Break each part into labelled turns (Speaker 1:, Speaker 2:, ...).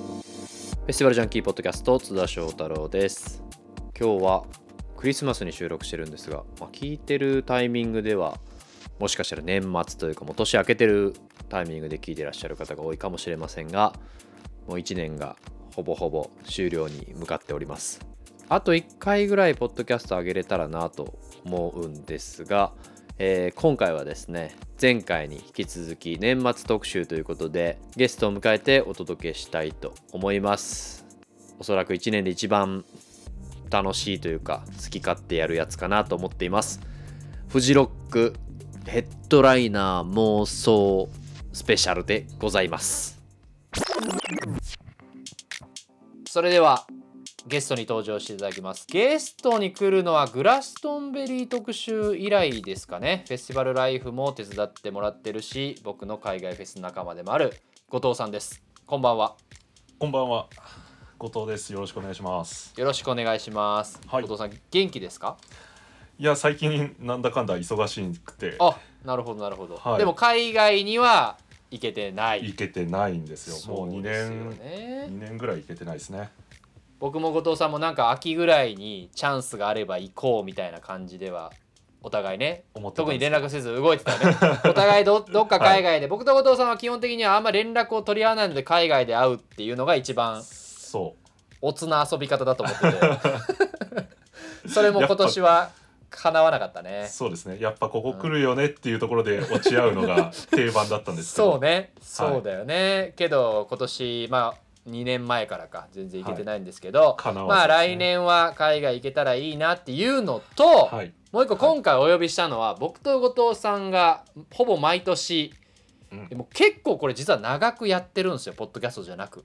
Speaker 1: フェスティバルジャンキーポッドキャスト津田翔太郎です今日はクリスマスに収録してるんですが、まあ、聞いてるタイミングではもしかしたら年末というかもう年明けてるタイミングで聞いてらっしゃる方が多いかもしれませんがもう1年がほぼほぼ終了に向かっておりますあと1回ぐらいポッドキャスト上げれたらなと思うんですが、えー今回はですね前回に引き続き年末特集ということでゲストを迎えてお届けしたいと思いますおそらく1年で一番楽しいというか好き勝手やるやつかなと思っていますフジロックヘッドライナー妄想スペシャルでございますそれではゲストに登場していただきますゲストに来るのはグラストンベリー特集以来ですかねフェスティバルライフも手伝ってもらってるし僕の海外フェス仲間でもある後藤さんですこんばんは
Speaker 2: こんばんは。後藤です。よろしくお願いします。
Speaker 1: よろしくお願いします、
Speaker 2: はい
Speaker 1: 後藤さん元気ですか
Speaker 2: いや、最近なんだかんだ忙しくて、
Speaker 1: あなるほどなるほど、
Speaker 2: はい
Speaker 1: でも海外には行けてない
Speaker 2: 行けてないんですよ。もう
Speaker 1: そ
Speaker 2: 2
Speaker 1: ですよ
Speaker 2: 年、
Speaker 1: ね
Speaker 2: 2年ぐらい行けてないですね。
Speaker 1: 僕も後藤さんもなんか秋ぐらいにチャンスがあれば行こうみたいな感じではお互いね
Speaker 2: 思ってたん
Speaker 1: 特
Speaker 2: です
Speaker 1: に連絡せず動いてたね お互いどどっか海外で、僕と後藤さんは基本的にはあんま連絡を取り合わないので海外で会うっていうのが一番
Speaker 2: そう。
Speaker 1: おつな遊び方だと思って てそれも今年は叶わなかったね
Speaker 2: そうですね。やっぱここ来るよねっていうところで落ち合うの が定番だったんですけど。
Speaker 1: そうねそうだよね、けど今年まあ2年前からか全然行けてないんですけど、
Speaker 2: 叶わ
Speaker 1: まあ
Speaker 2: ずです
Speaker 1: 来。
Speaker 2: ね
Speaker 1: 年は海外行けたらいいなっていうのと、
Speaker 2: はい。
Speaker 1: もう一個今回お呼びしたのは、僕と後藤さんがほぼ毎年、
Speaker 2: うん
Speaker 1: でも結構これ実は長くやってるんですよポッドキャストじゃな く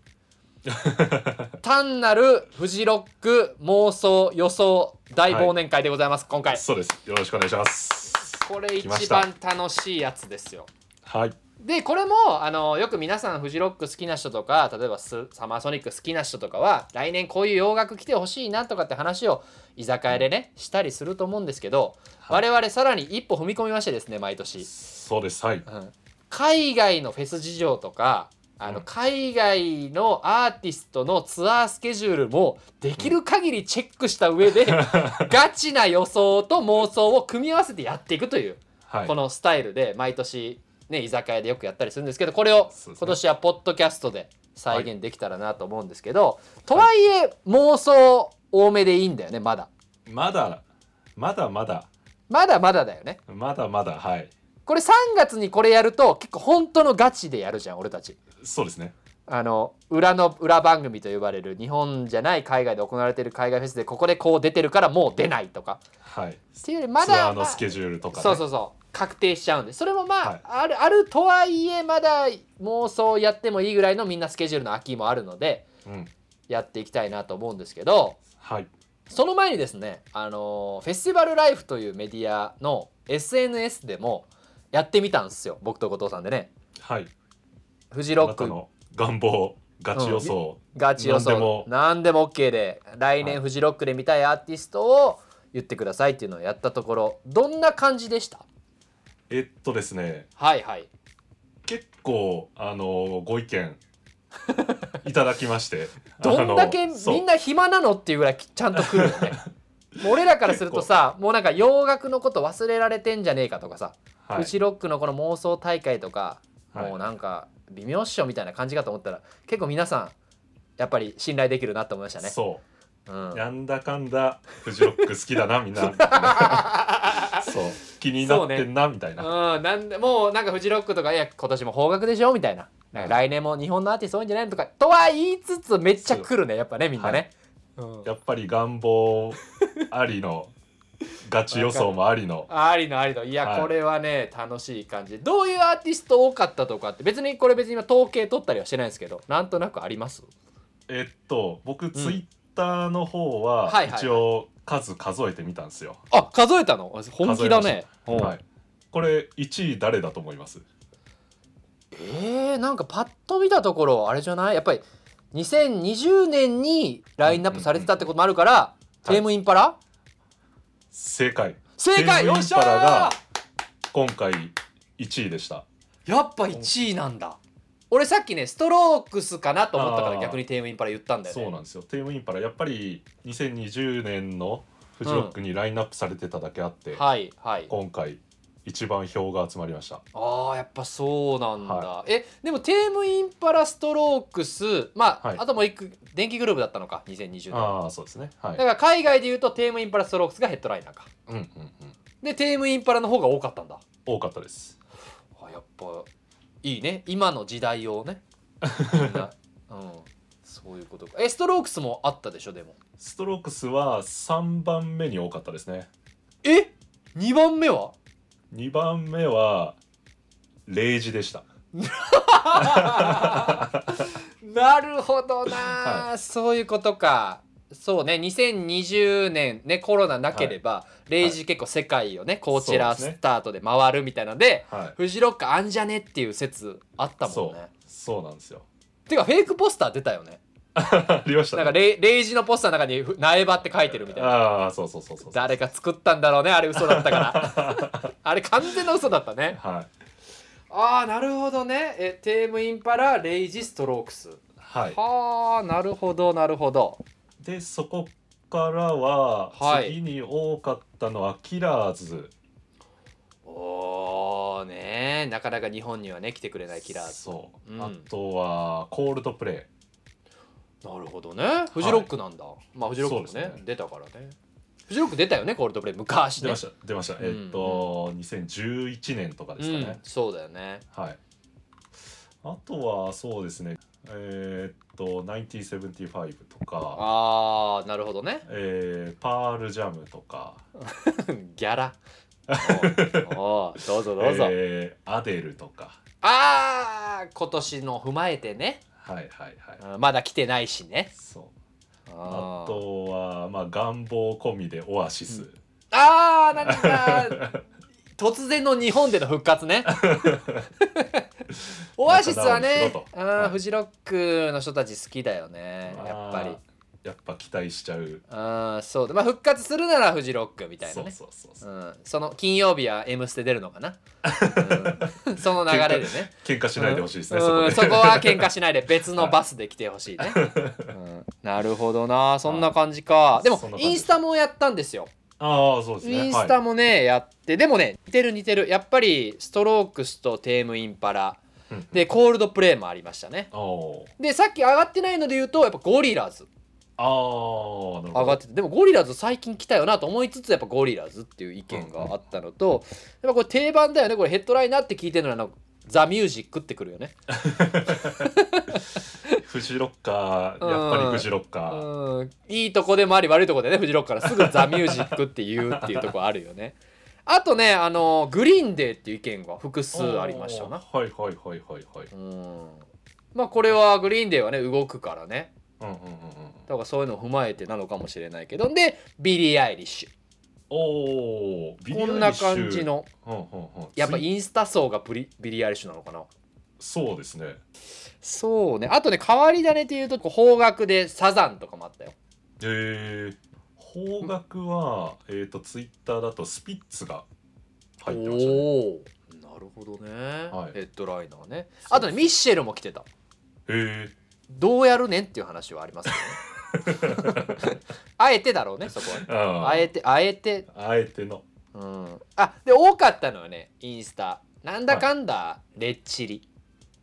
Speaker 1: 単なるフジロック妄想予想大忘年会でございます、今回
Speaker 2: そうです。よろしくお願いします。
Speaker 1: これ
Speaker 2: 来ま
Speaker 1: 一
Speaker 2: した
Speaker 1: 番楽しいやつですよ
Speaker 2: はい。
Speaker 1: でこれもあのよく皆さんフジロック好きな人とか例えばスサマーソニック好きな人とかは来年こういう洋楽来てほしいなとかって話を居酒屋でねしたりすると思うんですけど、
Speaker 2: は
Speaker 1: 我
Speaker 2: い
Speaker 1: 々さらに一歩踏み込みましてですね毎年、
Speaker 2: そうです。はい。
Speaker 1: うん海外のフェス事情とかあの、
Speaker 2: うん
Speaker 1: 海外のアーティストのツアースケジュールもできる限りチェックした上 で、ガチな予想と妄想を組み合わせてやっていくという。
Speaker 2: はい
Speaker 1: こ。のスタイルで毎年ね居酒屋でよくやったりするんですけどこれを
Speaker 2: そうですね
Speaker 1: 今年はポッドキャストで再現できたらなと思うんですけど、とはいえ妄想多めでいいんだよねまだ
Speaker 2: まだ、まだまだ、
Speaker 1: まだまだだよね
Speaker 2: まだまだ、はい。
Speaker 1: これ3月にこれやると結構本当のガチでやるじゃん俺たち
Speaker 2: そうですね。
Speaker 1: あの裏の裏番組と呼ばれる日本じゃない海外で行われてる海外フェスでここでこう出てるからもう出ないとか
Speaker 2: はい。
Speaker 1: っていうよりま
Speaker 2: ツアー
Speaker 1: だ
Speaker 2: のスケジュールとか、ね。
Speaker 1: そうそうそう確定しちゃうんでそれもまあ、
Speaker 2: はい
Speaker 1: あるあるとはいえまだ妄想やってもいいぐらいのみんなスケジュールの空きもあるので
Speaker 2: うん。
Speaker 1: やっていきたいなと思うんですけど
Speaker 2: はい。
Speaker 1: その前にですねあのーフェスティバルライフというメディアの SNS でもやってみたんですよ僕と後藤さんでね
Speaker 2: はい。
Speaker 1: フジ
Speaker 2: あ
Speaker 1: ロ
Speaker 2: な
Speaker 1: ッ
Speaker 2: た
Speaker 1: ク
Speaker 2: の願望ガチ予想、
Speaker 1: ガチ予想
Speaker 2: 何でも
Speaker 1: 何でも OK で来
Speaker 2: は
Speaker 1: 年
Speaker 2: い
Speaker 1: フジロックで見たいアーティストを言ってくださいっていうのをやったところどんな感じでした
Speaker 2: えっとですね
Speaker 1: はいはい
Speaker 2: 結構あのご意見いただきまして
Speaker 1: どんだけ
Speaker 2: あのそう
Speaker 1: みんな暇なのっていうぐらいちゃんと来るよ ね。もう俺らからするとさもうなんか洋楽のこと忘れられてんじゃねえかとかさ、
Speaker 2: は
Speaker 1: フ
Speaker 2: い
Speaker 1: ジロックのこの妄想大会とか、
Speaker 2: はい
Speaker 1: もうなんか微妙っしょみたいな感じかと思ったら結構皆さんやっぱり信頼できるなと思いましたね。、
Speaker 2: そううんなんだかんだフジロック好きだなみん なそう気になってんな、みたいな、
Speaker 1: うん、なんでもうなんかフジロックとかいや今年も邦楽でしょみたいななんか来年も日本のアーティスト多いんじゃないのとかとは言いつつめっちゃ来るねやっぱねみんなね。うん
Speaker 2: やっぱり願望あ りのガチ予想もありの
Speaker 1: ありのありのいや、
Speaker 2: はい
Speaker 1: これはね楽しい感じどういうアーティスト多かったとかって別にこれ別に今統計取ったりはしてないんですけどなんとなくあります
Speaker 2: えっと僕、ツイッターの方は
Speaker 1: はいはいはい
Speaker 2: 一応数数えてみたんですよ、
Speaker 1: あ数えたの本気だねうん
Speaker 2: はい、これ1位誰だと思います
Speaker 1: えー、なんかパッと見たところあれじゃないやっぱり2020年にラインナップされてたってこともあるから、
Speaker 2: うんうん
Speaker 1: テームインパラ、
Speaker 2: 正解
Speaker 1: 正解
Speaker 2: テー
Speaker 1: よ
Speaker 2: ムイ
Speaker 1: っ
Speaker 2: ン
Speaker 1: し
Speaker 2: パ
Speaker 1: ゃ
Speaker 2: ラが今回1位でした
Speaker 1: ーやっぱ1位なんだ俺さっきねストロークスかなと思ったから
Speaker 2: あー
Speaker 1: 逆にテームインパラ言ったんだよね
Speaker 2: そうなんですよテームインパラやっぱり2020年のフジロックにラインナップされてただけあって、
Speaker 1: はいはい
Speaker 2: 今回一番票が集まりました
Speaker 1: あーやっぱそうなんだ、
Speaker 2: は
Speaker 1: えでもテームインパラストロークスまあ、
Speaker 2: はい
Speaker 1: あともう一個電気グループだったのか2020年だ
Speaker 2: ああそうですねはい
Speaker 1: から海外で言うとテームインパラストロークスがヘッドライナーか
Speaker 2: うんうんうん
Speaker 1: でテームインパラの方が多かったんだ
Speaker 2: 多かったです
Speaker 1: あやっぱいいね今の時代をねみんな うんそういうことかえストロークスもあったでしょでも
Speaker 2: ストロークスは3番目に多かったですね
Speaker 1: え2番目は
Speaker 2: 2番目は0時でした
Speaker 1: なるほどな、
Speaker 2: は
Speaker 1: そういうことかそうね2020年ねコロナなければ、0時結構世界をねこちら
Speaker 2: そうですね
Speaker 1: スタートで回るみたいなので
Speaker 2: はい
Speaker 1: フジロックあんじゃねっていう説あったもんね
Speaker 2: そうなんですよ
Speaker 1: てかフェイクポスター出たよね
Speaker 2: ありました
Speaker 1: なんかレイレイジのポスターの中にふ苗場って書いてるみたいな
Speaker 2: ああそうそうそうそう
Speaker 1: 誰か作ったんだろうねあれ嘘だったから あれ完全な嘘だったね
Speaker 2: はい
Speaker 1: ああなるほどねえテームインパラレイジストロークス
Speaker 2: はい
Speaker 1: はあなるほどなるほど
Speaker 2: でそこからは
Speaker 1: はい
Speaker 2: 次に多かったのはキラーズ、
Speaker 1: おーねなかなか日本にはね来てくれないキラーズ
Speaker 2: そう、
Speaker 1: うん
Speaker 2: あとはコールドプレ
Speaker 1: なるほどねフジロックなんだ、まあフジロックも
Speaker 2: そう
Speaker 1: ね
Speaker 2: ですね
Speaker 1: 出たからねフジロック出たよねコールドプレイ昔
Speaker 2: イ
Speaker 1: ね
Speaker 2: 出ました、出ました、
Speaker 1: ん
Speaker 2: えっと2011年とかですか
Speaker 1: うん
Speaker 2: ね、、
Speaker 1: そうだよね
Speaker 2: はいあとはそうですねえーっと1975とか
Speaker 1: あーなるほどね
Speaker 2: えー、パールジャムとか
Speaker 1: ギャラおうおうどうぞどうぞ、
Speaker 2: えーアデルとか
Speaker 1: ああ今年の踏まえてね
Speaker 2: はいはいはい
Speaker 1: うんまだ来てないしね
Speaker 2: そうあ
Speaker 1: あー
Speaker 2: とはまあ願望込みでオアシス、
Speaker 1: あーなんか突然の日本での復活 ねオアシスはねあ
Speaker 2: 仲直りしろと
Speaker 1: ー
Speaker 2: はい
Speaker 1: フジロックの人たち好きだよねやっぱり
Speaker 2: りやっぱ期待しちゃう
Speaker 1: あーそうだまあ復活するならフジロックみたいな
Speaker 2: そう
Speaker 1: ね
Speaker 2: そうそうそう、
Speaker 1: うん、その金曜日は「M ステ」出るのかな、 うんその流れでね
Speaker 2: 喧嘩しないでほしいですね、
Speaker 1: うん
Speaker 2: そこ
Speaker 1: う
Speaker 2: で
Speaker 1: んそこは喧嘩しないで別のバスで来てほしい ね、うんなるほどなそんな感じか
Speaker 2: い
Speaker 1: でも
Speaker 2: そんな感じ
Speaker 1: インスタもやったんですよ
Speaker 2: ああそうですね
Speaker 1: イン
Speaker 2: は
Speaker 1: ス
Speaker 2: い
Speaker 1: タもね、やってでもね似てる似てるやっぱりストロークスとテームインパラ
Speaker 2: うん
Speaker 1: でコールドプレイもありましたね
Speaker 2: おー
Speaker 1: でさっき上がってないので言うとやっぱゴリラズ
Speaker 2: あーなるほど
Speaker 1: 上がっててでもゴリラズ最近来たよなと思いつつやっぱゴリラズっていう意見があったのとやっぱこれ定番だよねこれヘッドライナーって聞いてるのはあのザ・ミュージックってくるよね
Speaker 2: フジロッカー
Speaker 1: うん
Speaker 2: やっぱりフジロッカー、
Speaker 1: うんいいとこでもあり悪いとこでねフジロックからすぐザ・ミュージックって言うっていうとこあるよねあとねあのグリーンデーっていう意見が複数ありましたな
Speaker 2: おーはいはいはいはいはい
Speaker 1: うんまあこれはグリーンデーはね動くからね
Speaker 2: うんうんうんうん
Speaker 1: だからそういうのを踏まえてなのかもしれないけどでビリー・アイリッシ
Speaker 2: おービ
Speaker 1: ュ
Speaker 2: リ
Speaker 1: こ
Speaker 2: ー
Speaker 1: ん
Speaker 2: アイ
Speaker 1: な
Speaker 2: リッシュ
Speaker 1: 感じの
Speaker 2: うんうんうん
Speaker 1: やっぱ
Speaker 2: つい
Speaker 1: インスタ層がブリビリー・アイリッシュなのかな
Speaker 2: そうですね
Speaker 1: そうねあとね変わり種っていうとこう邦楽でサザンとかもあったよ
Speaker 2: えー、方角は、えっ、とツイッターだとスピッツが入ってましたね
Speaker 1: おーなるほどね、
Speaker 2: はい
Speaker 1: ヘッドライナーね
Speaker 2: そう
Speaker 1: あとねミッシェルも来てた
Speaker 2: え
Speaker 1: どうやるねんっていう話はあり ますよねあえてだろうねそこはね
Speaker 2: ー、あ
Speaker 1: あえてあえて
Speaker 2: あえての
Speaker 1: うんあで多かったのよねインスタなんだかんだ、レッチリ、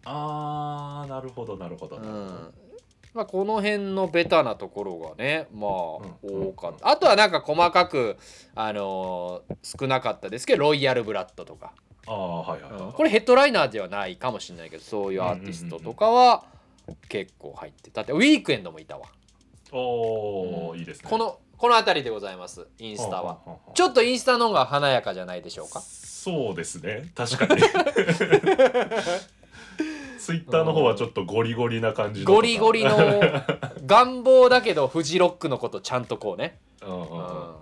Speaker 2: あーなるほどなるほど
Speaker 1: う
Speaker 2: なるほど、
Speaker 1: んまあ、この辺のベタなところがねまあ
Speaker 2: うん
Speaker 1: 多かったあとはなんか細かく、あのー少なかったですけどロイヤルブラッドとか、
Speaker 2: ああはいはい、
Speaker 1: うん
Speaker 2: はい
Speaker 1: これヘッドライナーではないかもしれないけどそういうアーティストとかは結構入ってたってウィークエンドもいたわ
Speaker 2: おお、
Speaker 1: うん
Speaker 2: いいですね
Speaker 1: このこの辺りでございますインスタは
Speaker 2: うんうんうんうん
Speaker 1: ちょっとインスタの方が華やかじゃないでしょうか
Speaker 2: そうですね 確かにツイッターの方はちょっとゴリゴリな感じのとか
Speaker 1: ゴリゴリの 願望だけどフジロックのことちゃんとこうね、
Speaker 2: うんうんうん
Speaker 1: うん
Speaker 2: は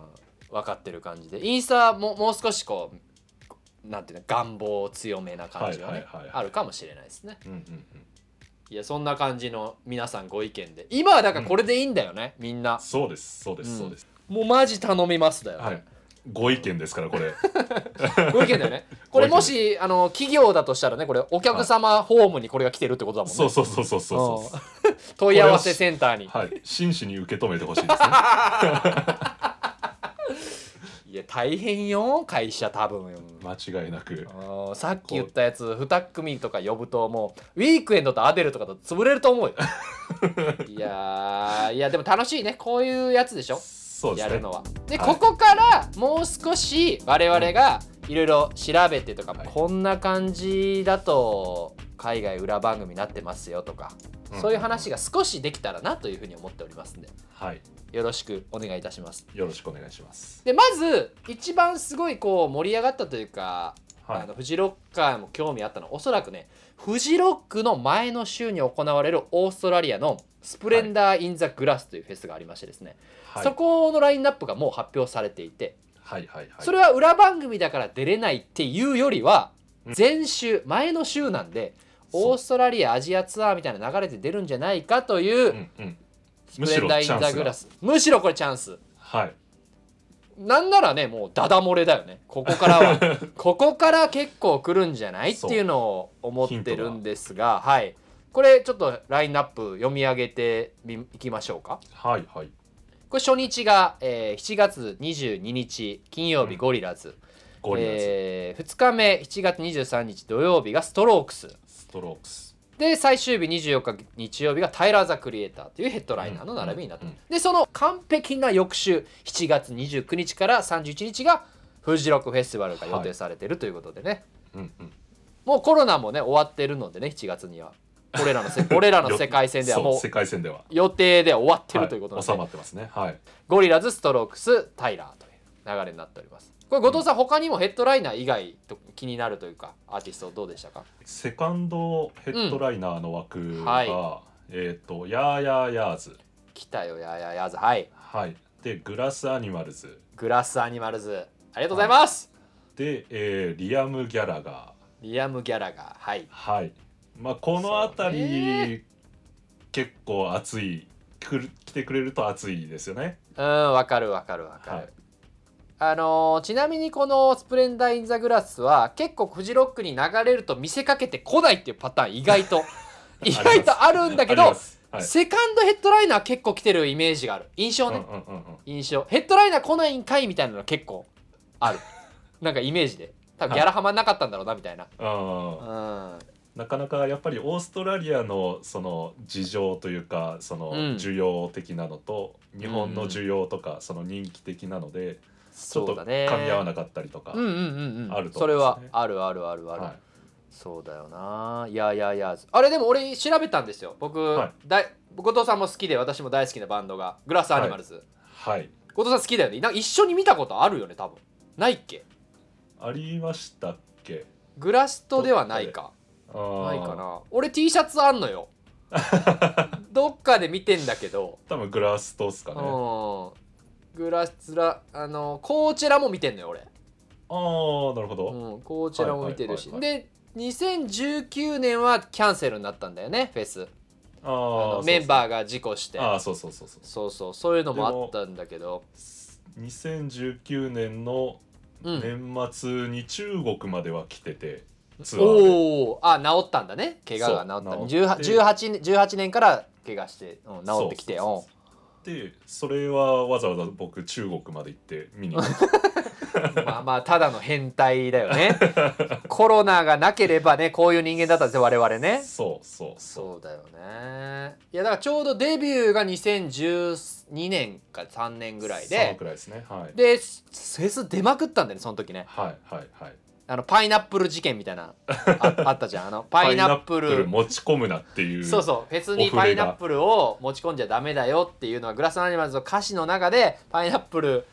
Speaker 1: 分かってる感じでインスタももう少しこうなんていうの願望強めな感じがね、
Speaker 2: はいはいはいはい
Speaker 1: あるかもしれないですね
Speaker 2: いうんうんうん
Speaker 1: いやそんな感じの皆さんご意見で今はだからこれでいいんだよね、みんな
Speaker 2: そうですそうです、
Speaker 1: うん
Speaker 2: そうです
Speaker 1: もうマジ頼みますだよ、
Speaker 2: はいご意見ですからこれ
Speaker 1: ご意見だよねこれもしあの企業だとしたらねこれお客様ホームにこれが来てるってことだもんね、
Speaker 2: そうそうそうそうそうそう
Speaker 1: うん 問い合わせセンターに
Speaker 2: はい真摯に受け止めてほし いですね
Speaker 1: いや大変よ会社多分よ
Speaker 2: 間違いなく
Speaker 1: あーさっき言ったやつ2組とか呼ぶともうウィークエンドとアデルとかだと潰れると思 うよいやーいやでも楽しいねこういうやつでしょ
Speaker 2: そうです
Speaker 1: や
Speaker 2: ね
Speaker 1: るのはで、
Speaker 2: はい
Speaker 1: ここからもう少し我々がいろいろ調べてとか、
Speaker 2: はい
Speaker 1: こんな感じだと海外裏番組になってますよとか、
Speaker 2: うん
Speaker 1: そういう話が少しできたらなというふうに思っておりますんで
Speaker 2: はい
Speaker 1: よろしくお願いいたします
Speaker 2: よろしくお願いします
Speaker 1: でまず一番すごいこう盛り上がったというか
Speaker 2: は
Speaker 1: あ
Speaker 2: い
Speaker 1: のフジロッカーも興味あったのはおそらくねフジロックの前の週に行われるオーストラリアのスプレンダー・イン・ザ・グラスというフェスがありましてですね、
Speaker 2: はい
Speaker 1: そこのラインナップがもう発表されていて、
Speaker 2: はいはいはい
Speaker 1: それは裏番組だから出れないっていうよりは
Speaker 2: うん
Speaker 1: 前週前の週なんで
Speaker 2: そう
Speaker 1: オーストラリアアジアツアーみたいな流れで出るんじゃないかといううん
Speaker 2: うん
Speaker 1: ス
Speaker 2: む
Speaker 1: プ
Speaker 2: し
Speaker 1: レン
Speaker 2: ろ
Speaker 1: ダー・イ
Speaker 2: チャ
Speaker 1: ン・
Speaker 2: ンスが
Speaker 1: ザ・グラスむしろこれチャンス
Speaker 2: はい
Speaker 1: なんならねもうダダ漏れだよねここから はここから結構来るんじゃないっ
Speaker 2: そう
Speaker 1: ていうのを思ってるんですがはいこれちょっとラインナップ読み上げてみいきましょうか
Speaker 2: はいはい
Speaker 1: これ初日が、えー7月22日金曜日
Speaker 2: うん
Speaker 1: ゴリラズ、
Speaker 2: ゴリラズ、
Speaker 1: え2日目7月23日土曜日がストロークス
Speaker 2: ストロークス
Speaker 1: で最終日24日日曜日がタイラー・ザ・クリエイターというヘッドライナーの並びになってます、でその完璧な翌週7月29日から31日がフジロックフェスティバルが予定されてるということでね、
Speaker 2: うんうん
Speaker 1: もうコロナもね終わってるのでね7月にはこれら のせ俺らの世界戦では
Speaker 2: そう
Speaker 1: もう
Speaker 2: 世界戦では
Speaker 1: 予定では終わってるということな
Speaker 2: は
Speaker 1: ので、
Speaker 2: い収まってますねはい
Speaker 1: ゴリラズストロークスタイラーという流れになっておりますこれ後藤さん、他にもヘッドライナー以外と気になるというかアーティストどうでしたか
Speaker 2: セカンドヘッドライナーの枠が、
Speaker 1: うん
Speaker 2: えっ、とヤーヤーヤーズ
Speaker 1: 来たよやややずはい
Speaker 2: はいでグラスアニマルズ
Speaker 1: グラスアニマルズありがとうございます、
Speaker 2: で、えーリアム・ギャラガー
Speaker 1: リアム・ギャラがはい
Speaker 2: はいまあこの辺り、
Speaker 1: そうね
Speaker 2: 結構熱い来る来てくれると熱いですよね
Speaker 1: うんわかるわかるわかる、
Speaker 2: はい
Speaker 1: あのーちなみにこの「スプレンダー・イン・ザ・グラス」は結構フジロックに流れると見せかけてこないっていうパターン意外 と意外とあるんだけ
Speaker 2: あり
Speaker 1: ど
Speaker 2: ますはい
Speaker 1: セカンドヘッドライナー結構来てるイメージがある印象
Speaker 2: うん
Speaker 1: ね、
Speaker 2: うんうんうん
Speaker 1: 印象ヘッドライナー来ないんかいみたいなの結構あ るなんかイメージで多分ギャラハマんなかったんだろうなみたいな、
Speaker 2: あーなかなかやっぱりオーストラリアのその事情というかその
Speaker 1: うん
Speaker 2: 需要的なのと、日本の需要とかその人気的なので、ちょっ
Speaker 1: そう
Speaker 2: と
Speaker 1: だね
Speaker 2: 噛み合わなかったりとか、
Speaker 1: うんうんうんうん
Speaker 2: あると
Speaker 1: そ
Speaker 2: 思
Speaker 1: れ
Speaker 2: うんですね
Speaker 1: はあるあるあるある、
Speaker 2: はい
Speaker 1: そうだよないやいやいやあれでも俺調べたんですよ僕、
Speaker 2: はい
Speaker 1: だい後藤さんも好きで私も大好きなバンドがグラスアニマルズ、
Speaker 2: はい、
Speaker 1: 後藤さん好きだよねなんか一緒に見たことあるよね多分ないっけ
Speaker 2: ありましたっけ
Speaker 1: グラストではないか
Speaker 2: あー
Speaker 1: ないかな俺 T シャツあんの よどっかで見てんだけど、
Speaker 2: 多分グラストっすかね、あ
Speaker 1: うんグラスラあのコーチェラも見てんのよ俺
Speaker 2: あなるほど、
Speaker 1: うん、こちらも見てるし、
Speaker 2: はい
Speaker 1: で2019年はキャンセルになったんだよねフェス
Speaker 2: あ
Speaker 1: あ
Speaker 2: ー
Speaker 1: の
Speaker 2: そう
Speaker 1: メンバーが事故して
Speaker 2: ああそうそうそうそう
Speaker 1: そうそうそういうのもあったんだけど
Speaker 2: 2019年の
Speaker 1: うん
Speaker 2: 年末に中国までは来てて、ツアーで
Speaker 1: おおあ治ったんだね怪我が治った
Speaker 2: そう
Speaker 1: 18
Speaker 2: 治って
Speaker 1: 18, 18年から怪我して、うん、治ってきて
Speaker 2: そうそうそうでそれはわざわざ僕中国まで行って見に行った
Speaker 1: うんまあまあただの変態だよね コロナがなければねこういう人間だったんですよ我々ね
Speaker 2: そうそうそ
Speaker 1: そ
Speaker 2: う
Speaker 1: うだよねいやだからちょうどデビューが2012年か3年ぐらい
Speaker 2: その
Speaker 1: で
Speaker 2: くらいですねはい
Speaker 1: でフェス出まくったんだよねその時ね
Speaker 2: はいはいはい
Speaker 1: あのパイナップル事件みたいなああったじゃんあのパイナップル
Speaker 2: パイナッ持ち込むなっていう
Speaker 1: そうそうフェスにパイナップルを持ち込んじゃダメだよっていうのはグラスアニマルズの歌詞の中でパイナップル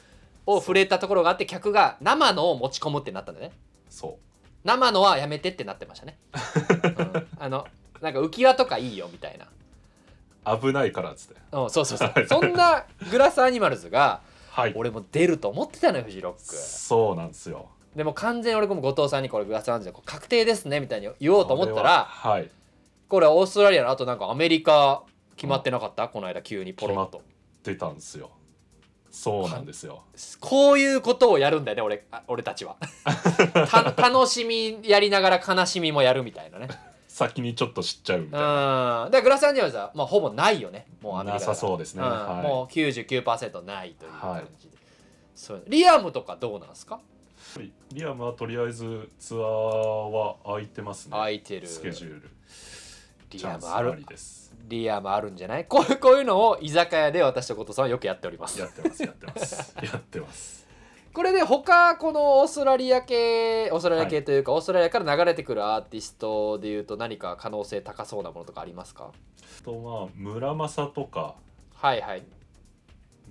Speaker 1: を触れたところがあって客が生のを持ち込むってなったんだよね
Speaker 2: そ
Speaker 1: 生のはやめてってなってましたね、うんあのなんか浮き輪とかいいよみたいな、
Speaker 2: う危ないからっつって
Speaker 1: うん、そうそうそうそんなグラスアニマルズが
Speaker 2: はい
Speaker 1: 俺も出ると思ってたのよフジロック
Speaker 2: そうなんですよ
Speaker 1: でも完全に俺も後藤さんにこれグラスアニマルズこれ確定ですねみたいに言おうと思ったら
Speaker 2: これははい
Speaker 1: これオーストラリアのあとなんかアメリカ決まってなかった、この間急にポロッと
Speaker 2: 出たんですよそうなんですよ
Speaker 1: こういうことをやるんだよね俺あ俺たち はた楽しみやりながら悲しみもやるみたいなね
Speaker 2: 先にちょっと知っちゃうみ
Speaker 1: う
Speaker 2: たいなん
Speaker 1: でグラスアンジェルズは、まあ、ほぼないよねもうアメリカだ
Speaker 2: なさそうです
Speaker 1: う
Speaker 2: ね、
Speaker 1: ん
Speaker 2: はい、
Speaker 1: もう99%ないという感じで、そういうのリアムとかどうなんですか
Speaker 2: リアムはとりあえずツアーは空いてますね
Speaker 1: 空いてる
Speaker 2: スケジュール
Speaker 1: リ
Speaker 2: チ
Speaker 1: ア
Speaker 2: ャンス
Speaker 1: ム
Speaker 2: あ
Speaker 1: ある
Speaker 2: りです
Speaker 1: リアムあるんじゃないこういうこういうのを居酒屋で私とことさんはよくやっております
Speaker 2: やってますやってます やってます
Speaker 1: これで他このオーストラリア系オーストラリア系というか、オーストラリアから流れてくるアーティストでいうと何か可能性高そうなものとかありますか
Speaker 2: とまあ村正とか、
Speaker 1: はいはい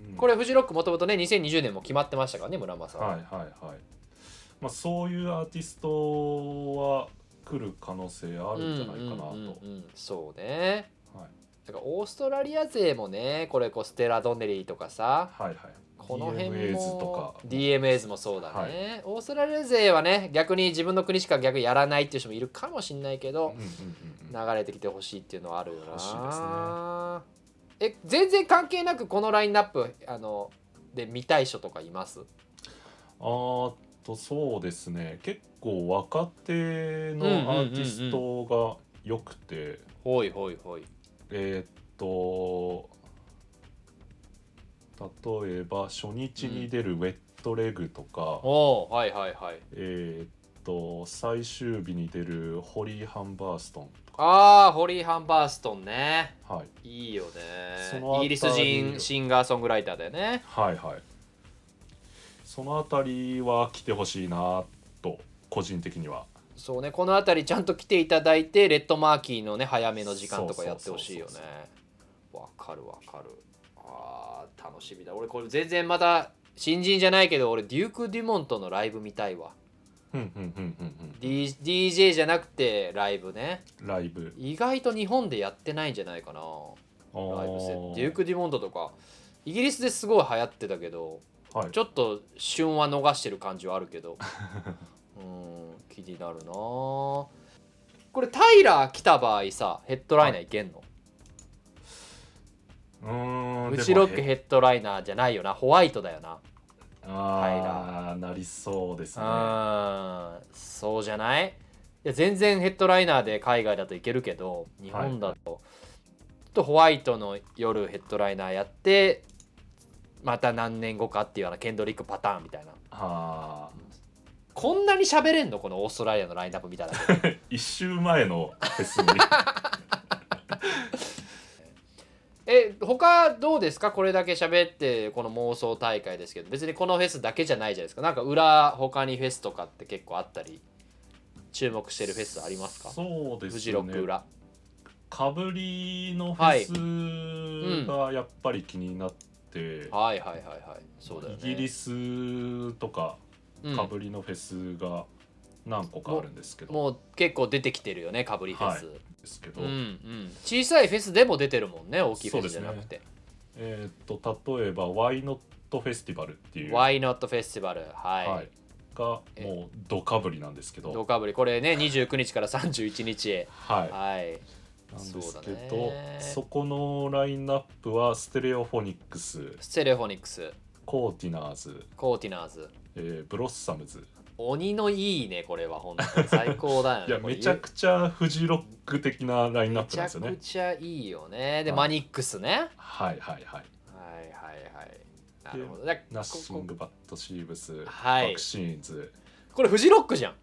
Speaker 2: うん
Speaker 1: これフジロックもともとね2020年も決まってましたからね村正は、
Speaker 2: はいはいはい、まあ、そういうアーティストは来る可能性あるんじゃないかなと、
Speaker 1: うんうんうんうんそうね
Speaker 2: はい、
Speaker 1: だからオーストラリア勢もねこれこうステラ・ドンネリーとかさ
Speaker 2: はいはい
Speaker 1: この辺も
Speaker 2: DMAs とか
Speaker 1: DMAs もそうだね、オーストラリア勢はね逆に自分の国しか逆にやらないっていう人もいるかもしれないけど、
Speaker 2: うんうんうんうん
Speaker 1: 流れてきてほしいっていうのはあるよな
Speaker 2: 欲しいですね
Speaker 1: え全然関係なくこのラインナップあので見たい人とかいます
Speaker 2: あーっとそうですね結構若手のアーティストが良くて、
Speaker 1: ほいほいほい
Speaker 2: えーっと例えば初日に出る「ウェットレグ」とか、
Speaker 1: おおはいはいはい
Speaker 2: えーっと最終日に出る「ホリー・ハンバーストン」とか、
Speaker 1: ああホリー・ハンバーストンね
Speaker 2: はい、
Speaker 1: いいよ
Speaker 2: そ
Speaker 1: ね
Speaker 2: のあたり
Speaker 1: イギリス人シンガーソングライターだよね
Speaker 2: はいはいそのあたりは来てほしいなと個人的には
Speaker 1: そうねこの辺りちゃんと来ていただいてレッドマーキーのね早めの時間とかやってほしいよね
Speaker 2: そうそう
Speaker 1: わかるわかるあー楽しみだ俺これ全然まだ新人じゃないけど俺デューク・デュモントのライブ見たいわ
Speaker 2: うんうんうんうん、
Speaker 1: D DJ じゃなくてライブね
Speaker 2: うん、ライブ
Speaker 1: 意外と日本でやってないんじゃないかな
Speaker 2: ラ
Speaker 1: ライブセットデューク・デュモントとかイギリスですごい流行ってたけど
Speaker 2: はい
Speaker 1: ちょっと旬は逃してる感じはあるけど うん気になるなあこれタイラー来た場合さヘッドライナーいけんの
Speaker 2: うーん
Speaker 1: うちロック
Speaker 2: でもへ
Speaker 1: ヘッドライナーじゃないよなホワイトだよな
Speaker 2: ああなりそうですね
Speaker 1: うんそうじゃないいや全然ヘッドライナーで海外だといけるけど日本だと、ちょっとホワイトの夜ヘッドライナーやってまた何年後かっていうようなケンドリックパターンみたいな
Speaker 2: あ
Speaker 1: こんなに喋れんのこのオーストラリアのラインナップみたいな
Speaker 2: ー一周前のフェ スに
Speaker 1: え他どうですかこれだけ喋ってこの妄想大会ですけど別にこのフェスだけじゃないじゃないですかなんか裏他にフェスとかって結構あったり注目してるフェスありますか
Speaker 2: そうですね
Speaker 1: フジロック裏
Speaker 2: かぶりのフェスがやっぱり気になって、
Speaker 1: はいはいはいはいそうだよね
Speaker 2: イギリスとか
Speaker 1: うん
Speaker 2: かぶりのフェスが何個かあるんですけど、
Speaker 1: もう結構出てきてるよねかぶりフェス、
Speaker 2: はですけ
Speaker 1: う
Speaker 2: ど、
Speaker 1: んうん、小さいフェスでも出てるもんね大きいフェスじゃなくて、
Speaker 2: えーっと例えば「Why Not フェスティバル」っていう、
Speaker 1: Why Not Festival はい、
Speaker 2: はい、がもうどかぶりなんですけ
Speaker 1: ド
Speaker 2: ど、
Speaker 1: カブリこれね29日から31日へ
Speaker 2: はい、
Speaker 1: はい
Speaker 2: なんですけ
Speaker 1: そう
Speaker 2: ど
Speaker 1: だね
Speaker 2: そこのラインナップはステレオフォニックス
Speaker 1: ステレフォニックス
Speaker 2: コーティナーズ、
Speaker 1: コーティナーズ
Speaker 2: えーブロッサムズ
Speaker 1: 鬼のいいねこれは本当に最高だよね
Speaker 2: いや
Speaker 1: これ
Speaker 2: めちゃくちゃフジロック的なラインナップなんですよ
Speaker 1: め
Speaker 2: ね
Speaker 1: ちゃくちゃいいよねで、
Speaker 2: はい
Speaker 1: マニックスねはい
Speaker 2: はいはいはい
Speaker 1: はいはいなるほどだから
Speaker 2: ナッシン
Speaker 1: こ
Speaker 2: グバットシーブス、
Speaker 1: はい
Speaker 2: バクシーンズ
Speaker 1: ここれフジロックじゃん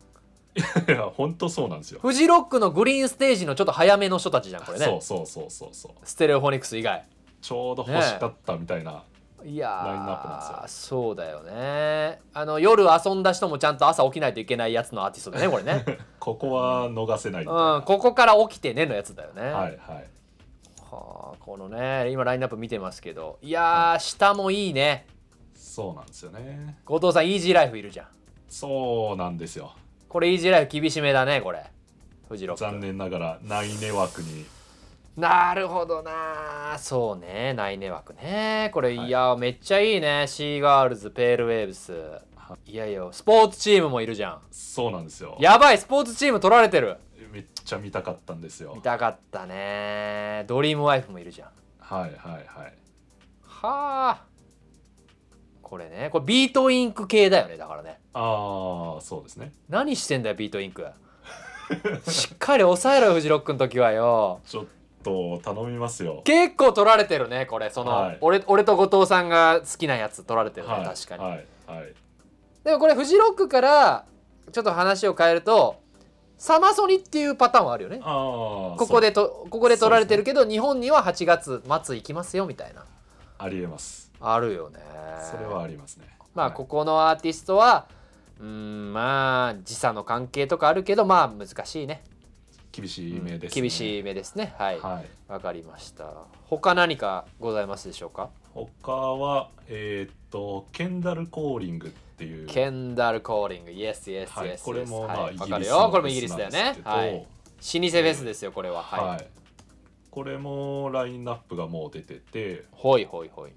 Speaker 2: いや本当そうなんですよ、
Speaker 1: フジロックのグリーンステージのちょっと早めの人たちじゃんこれね
Speaker 2: そうそうそうそうそう
Speaker 1: ステレオフォニックス以外
Speaker 2: ちょうど欲しかったみたいな、
Speaker 1: いやー
Speaker 2: ラインナップなんですよ
Speaker 1: そうだよねあの夜遊んだ人もちゃんと朝起きないといけないやつのアーティストだねこれ ね、
Speaker 2: ここは逃せないみ
Speaker 1: う
Speaker 2: た
Speaker 1: ん
Speaker 2: いな、、
Speaker 1: ここから起きてねのやつだよね、
Speaker 2: はいはい
Speaker 1: はあこのね今ラインナップ見てますけどいやー下もいいね
Speaker 2: そうなんですよね
Speaker 1: 後藤さんイージーライフいるじゃん
Speaker 2: そうなんですよ
Speaker 1: これイージーライフ厳しめだねこれフジロック
Speaker 2: 残念ながらないね枠に
Speaker 1: なるほどなそうねないね枠ねこれ、
Speaker 2: はい
Speaker 1: い、やめっちゃいいねシーガールズペールウェーブス
Speaker 2: はい
Speaker 1: やいやスポーツチームもいるじゃん
Speaker 2: そうなんですよ
Speaker 1: やばいスポーツチーム取られてる
Speaker 2: めっちゃ見たかったんですよ
Speaker 1: 見たかったねドリームワイフもいるじゃん
Speaker 2: はいはいはい
Speaker 1: はあこれねこれビートインク系だよねだからね
Speaker 2: ああそうですね
Speaker 1: 何してんだよビートイン クしっかり抑えろよフジロックの時はよ
Speaker 2: ちょっと頼みますよ
Speaker 1: 結構取られてるねこれその、
Speaker 2: はい
Speaker 1: 俺俺と後藤さんが好きなやつ取られてるね、
Speaker 2: はい
Speaker 1: 確かに、
Speaker 2: はいはい
Speaker 1: でもこれフジロックからちょっと話を変えるとサマソニっていうパターンはあるよね
Speaker 2: ああ
Speaker 1: ここでとここで取られてるけど、日本には8月末行きますよみたいな
Speaker 2: ありえます
Speaker 1: あるよね
Speaker 2: それはありますね
Speaker 1: まあ
Speaker 2: はい
Speaker 1: ここのアーティストはうーんまあ時差の関係とかあるけどまあ難しいね
Speaker 2: 厳しい目です、ね
Speaker 1: 厳しい目ですねはいわ、
Speaker 2: はい
Speaker 1: かりました他何かございますでしょうか
Speaker 2: 他はえーっとケンダル・コーリングっていう
Speaker 1: ケンダル・コーリングイエスイエス
Speaker 2: は
Speaker 1: イ
Speaker 2: い
Speaker 1: エ、ス
Speaker 2: これもまあ
Speaker 1: はい
Speaker 2: イ
Speaker 1: わ
Speaker 2: ギ
Speaker 1: か
Speaker 2: リ
Speaker 1: る
Speaker 2: ス
Speaker 1: よこれ
Speaker 2: の
Speaker 1: もイギ
Speaker 2: リ
Speaker 1: リ
Speaker 2: ス
Speaker 1: ス
Speaker 2: な
Speaker 1: だ
Speaker 2: ん
Speaker 1: よ
Speaker 2: です
Speaker 1: ね
Speaker 2: けど
Speaker 1: はい老舗フェスですよこれは
Speaker 2: は、
Speaker 1: はい
Speaker 2: これもラインナップがもう出てて
Speaker 1: いほいほいほい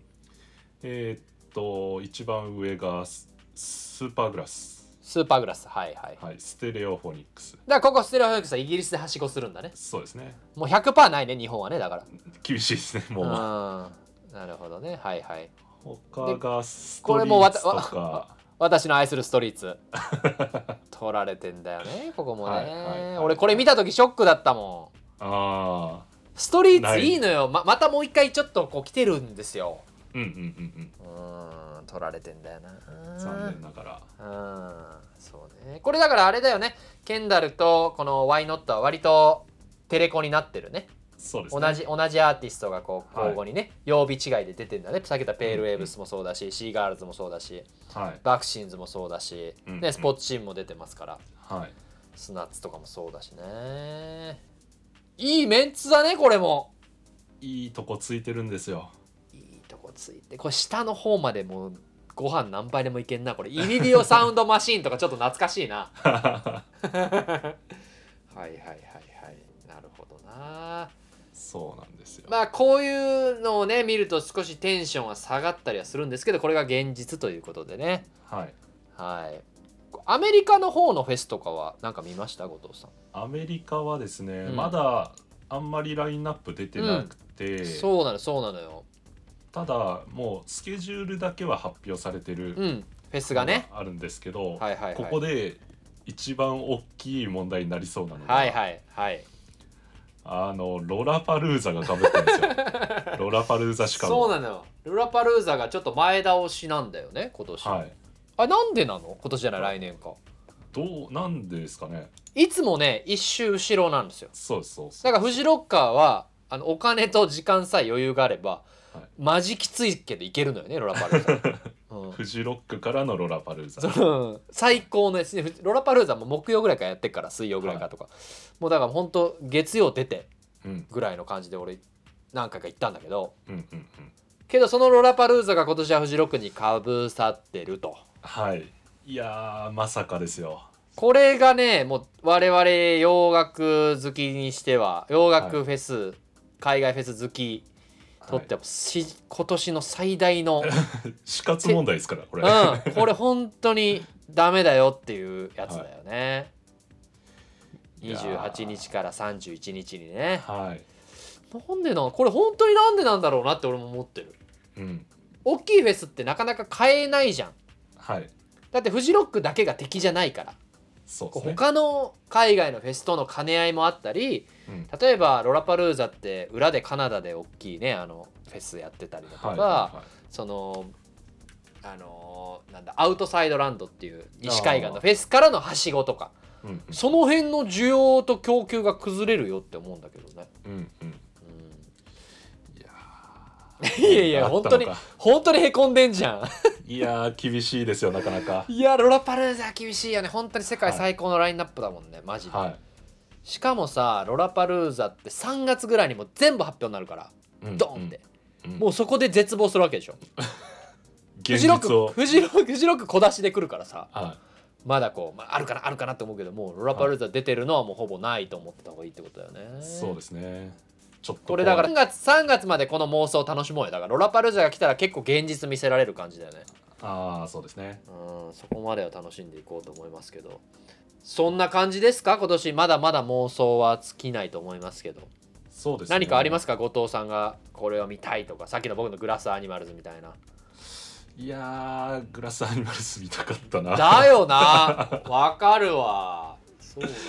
Speaker 2: えーっと一番上がススーパーグラス、
Speaker 1: スーパーグラスはいはいだか
Speaker 2: はい、ステレオフォニックス
Speaker 1: らここステレオフェクスはイギリスではしごするんだね
Speaker 2: そうですね
Speaker 1: もう100%ないね日本はねだから
Speaker 2: 厳しいですねも
Speaker 1: う
Speaker 2: うん
Speaker 1: なるほどねはいはい
Speaker 2: 他がス
Speaker 1: こ
Speaker 2: ト
Speaker 1: れ
Speaker 2: リ
Speaker 1: も
Speaker 2: ー
Speaker 1: わた
Speaker 2: トとか
Speaker 1: 私の愛するストリー ツ取られてんだよねここもね、
Speaker 2: はいはいはい
Speaker 1: 俺これ見た時ショックだったもん
Speaker 2: ああ
Speaker 1: ストリー
Speaker 2: な
Speaker 1: ツ
Speaker 2: い
Speaker 1: いいのよままたもう一回ちょっとこう来てるんですよ
Speaker 2: うんうんうん
Speaker 1: うーん取られてんだよ
Speaker 2: う
Speaker 1: なん
Speaker 2: 残念ながら
Speaker 1: うんそうねこれだからあれだよねケンダルとこのワイノットは割とテレコになってるね
Speaker 2: そうです
Speaker 1: 同
Speaker 2: ね
Speaker 1: じ同じアーティストがこう
Speaker 2: はい
Speaker 1: 交互にね、曜日違いで出てんだねさっき言ったペールウェーブスもそうだし、シーガールズもそうだし
Speaker 2: はい
Speaker 1: バクシンズもそうだし、
Speaker 2: うんう
Speaker 1: ね、
Speaker 2: ん
Speaker 1: スポーツチームも出てますから
Speaker 2: はい
Speaker 1: スナッツとかもそうだしねいいメンツだねこれも
Speaker 2: いいとこついてるんですよ
Speaker 1: いいとこついてこれ下の方までもうご飯何杯でもいけんなこれイリディオサウンドマシーンとかちょっと懐かしいなはいはいはいはいなるほどな
Speaker 2: そうなんですよ、
Speaker 1: まあこういうのをね見ると少しテンションは下がったりはするんですけどこれが現実ということでね
Speaker 2: はい
Speaker 1: はいアメリカの方のフェスとかはなんか見ました後藤さん、
Speaker 2: アメリカはですね、
Speaker 1: うん
Speaker 2: まだあんまりラインナップ出てなくて、
Speaker 1: そうなのそうなのよ
Speaker 2: ただもうスケジュールだけは発表されてる
Speaker 1: う
Speaker 2: の
Speaker 1: んフェスがね
Speaker 2: あるんですけど、
Speaker 1: はいはいはい
Speaker 2: ここで一番大きい問題になりそうなのが、
Speaker 1: はいはいはい
Speaker 2: あのロラパルーザがかぶってるんですよ ロラパルーザしかも
Speaker 1: そうなのよルラパルーザがちょっと前倒しなんだよね今年、
Speaker 2: はい
Speaker 1: あなんでなの今年じゃない来年か
Speaker 2: どうなんでですかね
Speaker 1: いつもね一周後ろなんですよ
Speaker 2: そうですそうです
Speaker 1: だからフジロッカーはあのお金と時間さえ余裕があれば、
Speaker 2: はい
Speaker 1: マジきついけどいけるのよねロラパルーザ、うん
Speaker 2: フジロックからのロラパルーザ
Speaker 1: その最高のですねフジロラパルーザも木曜ぐらいからやってっから水曜ぐらいからとか、もうだから本当月曜出て
Speaker 2: うん
Speaker 1: ぐらいの感じで俺何回か行ったんだけど
Speaker 2: うんうんうん
Speaker 1: けどそのロラパルーザが今年はフジロックにかぶさってると
Speaker 2: はいいやーまさかですよ
Speaker 1: これがねもう我々洋楽好きにしては洋楽フェス、海外フェス好きとって
Speaker 2: は
Speaker 1: も、し今年の最大の、
Speaker 2: い死活問題ですからこれ、
Speaker 1: うん、これ本当にダメだよっていうやつだよね、
Speaker 2: いいやー
Speaker 1: 28日から31日にね
Speaker 2: はい
Speaker 1: なんでなんこれ本当になんでなんだろうなって俺も思ってる
Speaker 2: うん
Speaker 1: 大きいフェスってなかなか買えないじゃん
Speaker 2: はい
Speaker 1: だってフジロックだけが敵じゃないから
Speaker 2: そうで
Speaker 1: こ
Speaker 2: す
Speaker 1: う
Speaker 2: ね
Speaker 1: 他の海外のフェスとの兼ね合いもあったり
Speaker 2: うん
Speaker 1: 例えばロラパルーザって裏でカナダで大きいねあのフェスやってたりだとか、
Speaker 2: はいは
Speaker 1: そのあのーなんだアウトサイドランドっていう西海岸のフェスからのはしごとか
Speaker 2: いはいうん
Speaker 1: その辺の需要と供給が崩れるよって思うんだけどね。
Speaker 2: うんうんうんいや
Speaker 1: うん いやいや
Speaker 2: あっ
Speaker 1: 本
Speaker 2: た
Speaker 1: 当
Speaker 2: のか
Speaker 1: に本当にへこんでんじゃん。
Speaker 2: いやー厳しいですよなかなか
Speaker 1: いやロラパルーザ厳しいよね本当に世界最高のラインナップだもんねマジで、
Speaker 2: は
Speaker 1: しかもさロラパルーザって3月ぐらいにもう全部発表になるから
Speaker 2: い、うん
Speaker 1: ドーンって、
Speaker 2: うん
Speaker 1: もうそこで絶望するわけでしょ
Speaker 2: 現
Speaker 1: フジロッ
Speaker 2: 実
Speaker 1: ク
Speaker 2: を
Speaker 1: フジロックフジロック小出しで来るからさ
Speaker 2: は
Speaker 1: まだこう、まあ、あるかなあるかなって思うけどもうロラパルーザ出てるのはもうほぼないと思ってた方がいいってことだよね
Speaker 2: いそうですねちょっと
Speaker 1: これだから3
Speaker 2: 怖い
Speaker 1: 月3月までこの妄想を楽しもうよだからロラパルーザが来たら結構現実見せられる感じだよね
Speaker 2: ああそうですね
Speaker 1: うんそこまでは楽しんでいこうと思いますけどそんな感じですか今年まだまだ妄想は尽きないと思いますけど
Speaker 2: そうですね
Speaker 1: 何かあります すか後藤さんがこれを見たいとかさっきの僕のグラスアニマルズみたいない
Speaker 2: いやーグラスアニマルス見たかったな
Speaker 1: だよな わかるわそうなんだよ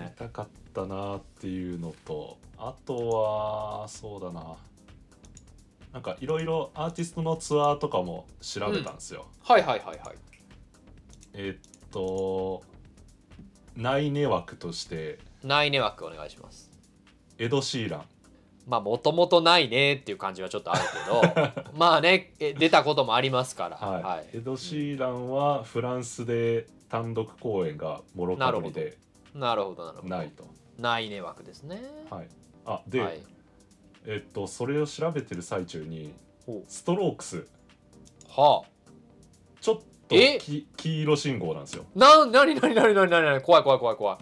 Speaker 2: 見
Speaker 1: ね
Speaker 2: たかったなっていうのとあとはそうだななんかいろいろアーティストのツアーとかも調べたんですよ、
Speaker 1: はいはいはいはい
Speaker 2: えっと内根枠として
Speaker 1: ないね枠お願いします
Speaker 2: エド・シーラン
Speaker 1: まあもともとないねっていう感じはちょっとあ るけどまあねえ出たこともありますから
Speaker 2: はい、
Speaker 1: はい
Speaker 2: エド・シーランはフランスで単独公演がモロカドリで
Speaker 1: なるほどなるほど
Speaker 2: ないと。
Speaker 1: ないね枠ですね
Speaker 2: はい、あで、
Speaker 1: はい
Speaker 2: えっとそれを調べてる最中に
Speaker 1: ほう
Speaker 2: ストロークス
Speaker 1: はあ
Speaker 2: ちょっと
Speaker 1: え
Speaker 2: き黄色信号なんですよ。
Speaker 1: ななになになになになになに怖い怖い怖い怖い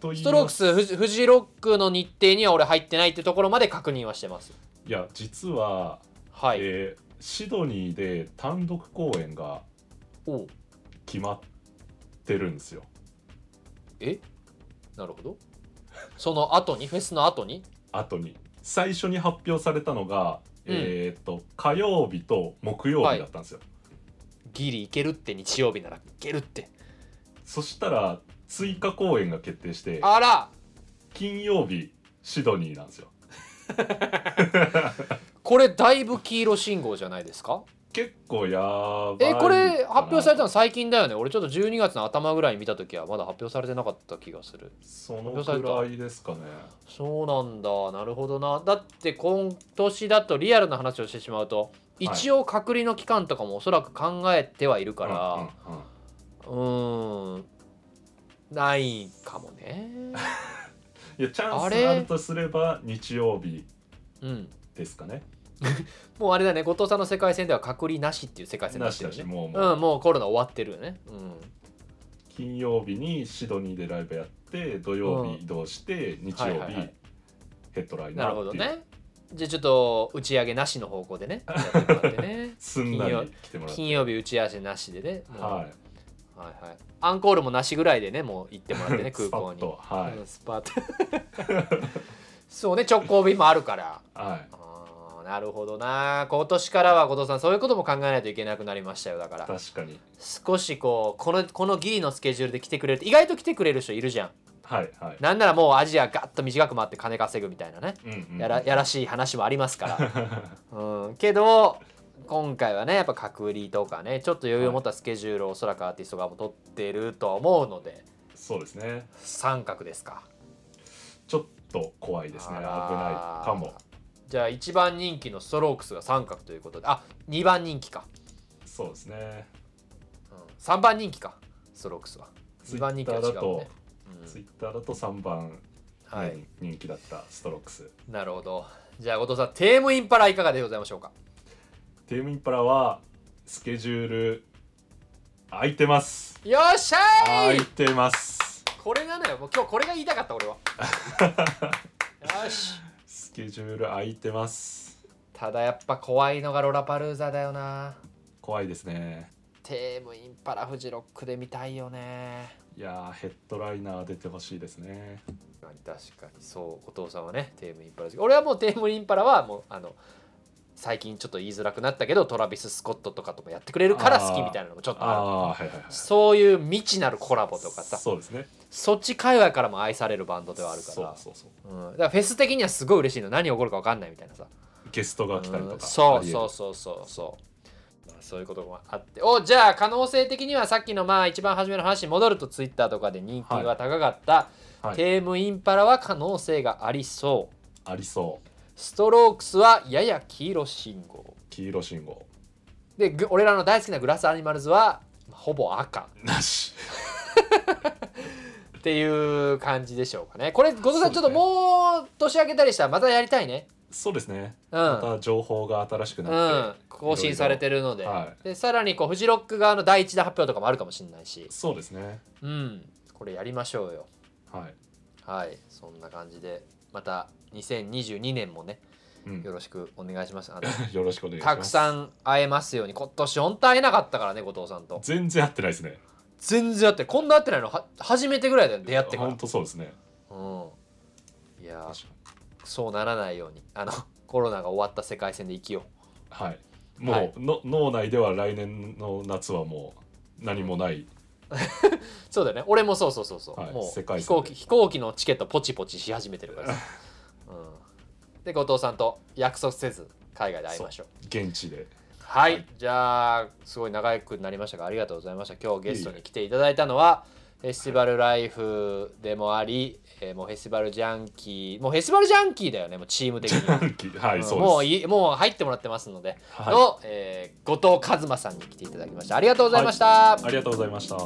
Speaker 2: と言い
Speaker 1: ストロー
Speaker 2: ま
Speaker 1: ク
Speaker 2: す
Speaker 1: スフジフジロックの日程には俺入ってないってところまで確認はしてます
Speaker 2: いや実は、
Speaker 1: はい、
Speaker 2: えーシドニーで単独公演が
Speaker 1: おう
Speaker 2: 決まってるんですよ。
Speaker 1: えなるほどその後にフェスの後に
Speaker 2: 後に最初に発表されたのが、
Speaker 1: うん
Speaker 2: えーっと火曜日と木曜日だったんですよ。
Speaker 1: ギリ行けるって日曜日なら行けるって
Speaker 2: そしたら追加公演が決定して
Speaker 1: あら
Speaker 2: 金曜日シドニーなんですよ
Speaker 1: これだいぶ黄色信号じゃないですか
Speaker 2: 結構やばい
Speaker 1: えこれ発表されたの
Speaker 2: の
Speaker 1: 最近だよね俺ちょっと12月の頭ぐらいに見た時はまだ発表されてなかった気がする
Speaker 2: そのくらいですかね
Speaker 1: そうなんだなるほどなだって今年だとリアルな話をしてしまうと
Speaker 2: い
Speaker 1: 一応隔離の期間とかもおそらく考えてはいるから
Speaker 2: うんうんうん
Speaker 1: うーんないかも ね
Speaker 2: いやチャ
Speaker 1: あ
Speaker 2: ンス
Speaker 1: れ
Speaker 2: あるとすれば日曜日
Speaker 1: うん
Speaker 2: ですかね
Speaker 1: もうあれだね後藤さんの世界線では隔離なしっていう世界線に
Speaker 2: な
Speaker 1: なっ
Speaker 2: して
Speaker 1: る
Speaker 2: だ
Speaker 1: よ
Speaker 2: し
Speaker 1: ね
Speaker 2: もうもう、
Speaker 1: うんもうコロナ終わってるよねうん
Speaker 2: 金曜日にシドニーでライブやって土曜
Speaker 1: うん
Speaker 2: 日移動して、日
Speaker 1: はい
Speaker 2: 曜
Speaker 1: はい
Speaker 2: 日
Speaker 1: はい
Speaker 2: ヘッドライナー
Speaker 1: な
Speaker 2: っていう
Speaker 1: るほどねじゃあちょっと打ち上げなしの方向でねやってもらってね
Speaker 2: すんな
Speaker 1: 金曜
Speaker 2: り来てもらって
Speaker 1: 金曜日打ち合わせなしでね、もう
Speaker 2: はい
Speaker 1: はいはいアンコールもなしぐらいでねもう行ってもら ってね空
Speaker 2: スパ
Speaker 1: 港
Speaker 2: ッ
Speaker 1: に
Speaker 2: とはい、
Speaker 1: うんスパッと そうね直行便もあるから
Speaker 2: はい
Speaker 1: あーなるほどな今年からは後藤さんそういうことも考えないといけなくなりましたよだから
Speaker 2: 確かに
Speaker 1: 少しこうこのこのギリのスケジュールで来てくれる意外と来てくれる人いるじゃん
Speaker 2: はいはい
Speaker 1: なんならもうアジアガッと短く回って金稼ぐみたいなね
Speaker 2: うんうん
Speaker 1: やらやらしい話もありますから、うん、けど今回はねやっぱ隔離とかねちょっと余裕を持ったスケジュールをおそらくアーティスト側も取ってるとは思うので
Speaker 2: そうですね
Speaker 1: 三角ですか
Speaker 2: ちょっと怖いですね危ない
Speaker 1: あら
Speaker 2: かも
Speaker 1: じゃあ1番人気のストロークスが三角ということであ2番人気か、
Speaker 2: そうですね
Speaker 1: うん、3番人気かストロークスは2
Speaker 2: ツイッタ
Speaker 1: 番人気は
Speaker 2: ー
Speaker 1: 違
Speaker 2: だ
Speaker 1: う
Speaker 2: と
Speaker 1: ね、うん
Speaker 2: ツイッターだと3番
Speaker 1: はい
Speaker 2: 人気だったストロークス、
Speaker 1: なるほどじゃあ後藤さんテームインパラいかがでございましょうか
Speaker 2: テームインパラはスケジュール空いてます
Speaker 1: よっしゃー
Speaker 2: 空
Speaker 1: い
Speaker 2: いてます
Speaker 1: これなのよもう今日これが言いたかった 俺はよし
Speaker 2: スケジュール空いてます
Speaker 1: ただやっぱ怖いのがロラパルーザだよな
Speaker 2: 怖いですね
Speaker 1: テームインパラフジロックで見たいよね
Speaker 2: いやーヘッドライナー出てほしいですね
Speaker 1: 確かにそうお父さんはねテームインパラ好き俺はもうテームインパラはもうあの最近ちょっと言いづらくなったけどトラビス・スコットとかともやってくれるから好きみたいなのもちょっと
Speaker 2: あ
Speaker 1: ある
Speaker 2: あはいはいはい
Speaker 1: そういう未知なるコラボとかさ
Speaker 2: そうですね
Speaker 1: そっち界隈からも愛されるバンドではあるから
Speaker 2: そうそうそ
Speaker 1: うん、だからフェス的にはすごい嬉しいの何起こるか分かんないみたいなさ
Speaker 2: うゲストが来たりと
Speaker 1: うん
Speaker 2: か
Speaker 1: そう
Speaker 2: ありえる
Speaker 1: そうそうそうそう、まあ、そういうこともあっておじゃあ可能性的にはさっきのまあ一番初めの話に戻るとツイッターとかで人気が高かった、
Speaker 2: はい
Speaker 1: テームインパラは可能性がありそう
Speaker 2: ありそう
Speaker 1: ストロークスはやや黄色信号
Speaker 2: 黄色信号
Speaker 1: でぐ俺らの大好きなグラスアニマルズはほぼ赤
Speaker 2: なし
Speaker 1: っていう感じでしょうかねこれ後藤さんち
Speaker 2: そ
Speaker 1: ょっ
Speaker 2: うです
Speaker 1: と
Speaker 2: ね
Speaker 1: もう年明けたりしたらまたやりたいね
Speaker 2: そうですね
Speaker 1: うん
Speaker 2: また情報が新しく
Speaker 1: う
Speaker 2: なっ
Speaker 1: ん
Speaker 2: て、
Speaker 1: 更新されてるので,、
Speaker 2: いろいろは
Speaker 1: でさらにこうフジロック側の第一弾発表とかもあるかもしれないし
Speaker 2: そうですね
Speaker 1: うん、これやりましょうよ。
Speaker 2: はい、
Speaker 1: はい、そんな感じで、また2022年もね、
Speaker 2: うん、
Speaker 1: よ
Speaker 2: よ
Speaker 1: ろしくお願いします。あの
Speaker 2: ろしくお願いしま
Speaker 1: た
Speaker 2: す
Speaker 1: くさん会えますように、今年本当会えなかったからね、後藤さんと。
Speaker 2: 全然合ってないですね
Speaker 1: 全然会って、こんな会ってないのは初めてぐらいだよ、出会ってか
Speaker 2: 本
Speaker 1: ら。
Speaker 2: 当そうですね
Speaker 1: うん、いや
Speaker 2: 確
Speaker 1: ー、そうならないように、あの、コロナが終わった世界線で生きよ。
Speaker 2: かにはいうもう、
Speaker 1: はい
Speaker 2: の脳内では来年の夏はもう何もない
Speaker 1: そうだよね俺もそうそうそうそう、
Speaker 2: はい
Speaker 1: もう
Speaker 2: 世界
Speaker 1: 飛
Speaker 2: 線
Speaker 1: 行機飛行機のチケットポチポチし始めてるからさ、うん、で後藤さんと約束せず海外で会いましょう
Speaker 2: 現 地で
Speaker 1: はい、
Speaker 2: はい
Speaker 1: じゃあすごい長くなりましたがありがとうございました今日ゲストに来ていただいたのはフェスティバルライフでもあり、えーもうフェスティバルジャンキーもうフェスティバルジャンキーだ よねもうチーム的には、
Speaker 2: は
Speaker 1: う
Speaker 2: い
Speaker 1: ん
Speaker 2: そうです
Speaker 1: もういもう入ってもらってますので、
Speaker 2: はい
Speaker 1: の、えー後藤和馬さんに来ていただきましたありがとうございました、
Speaker 2: ありがとうございました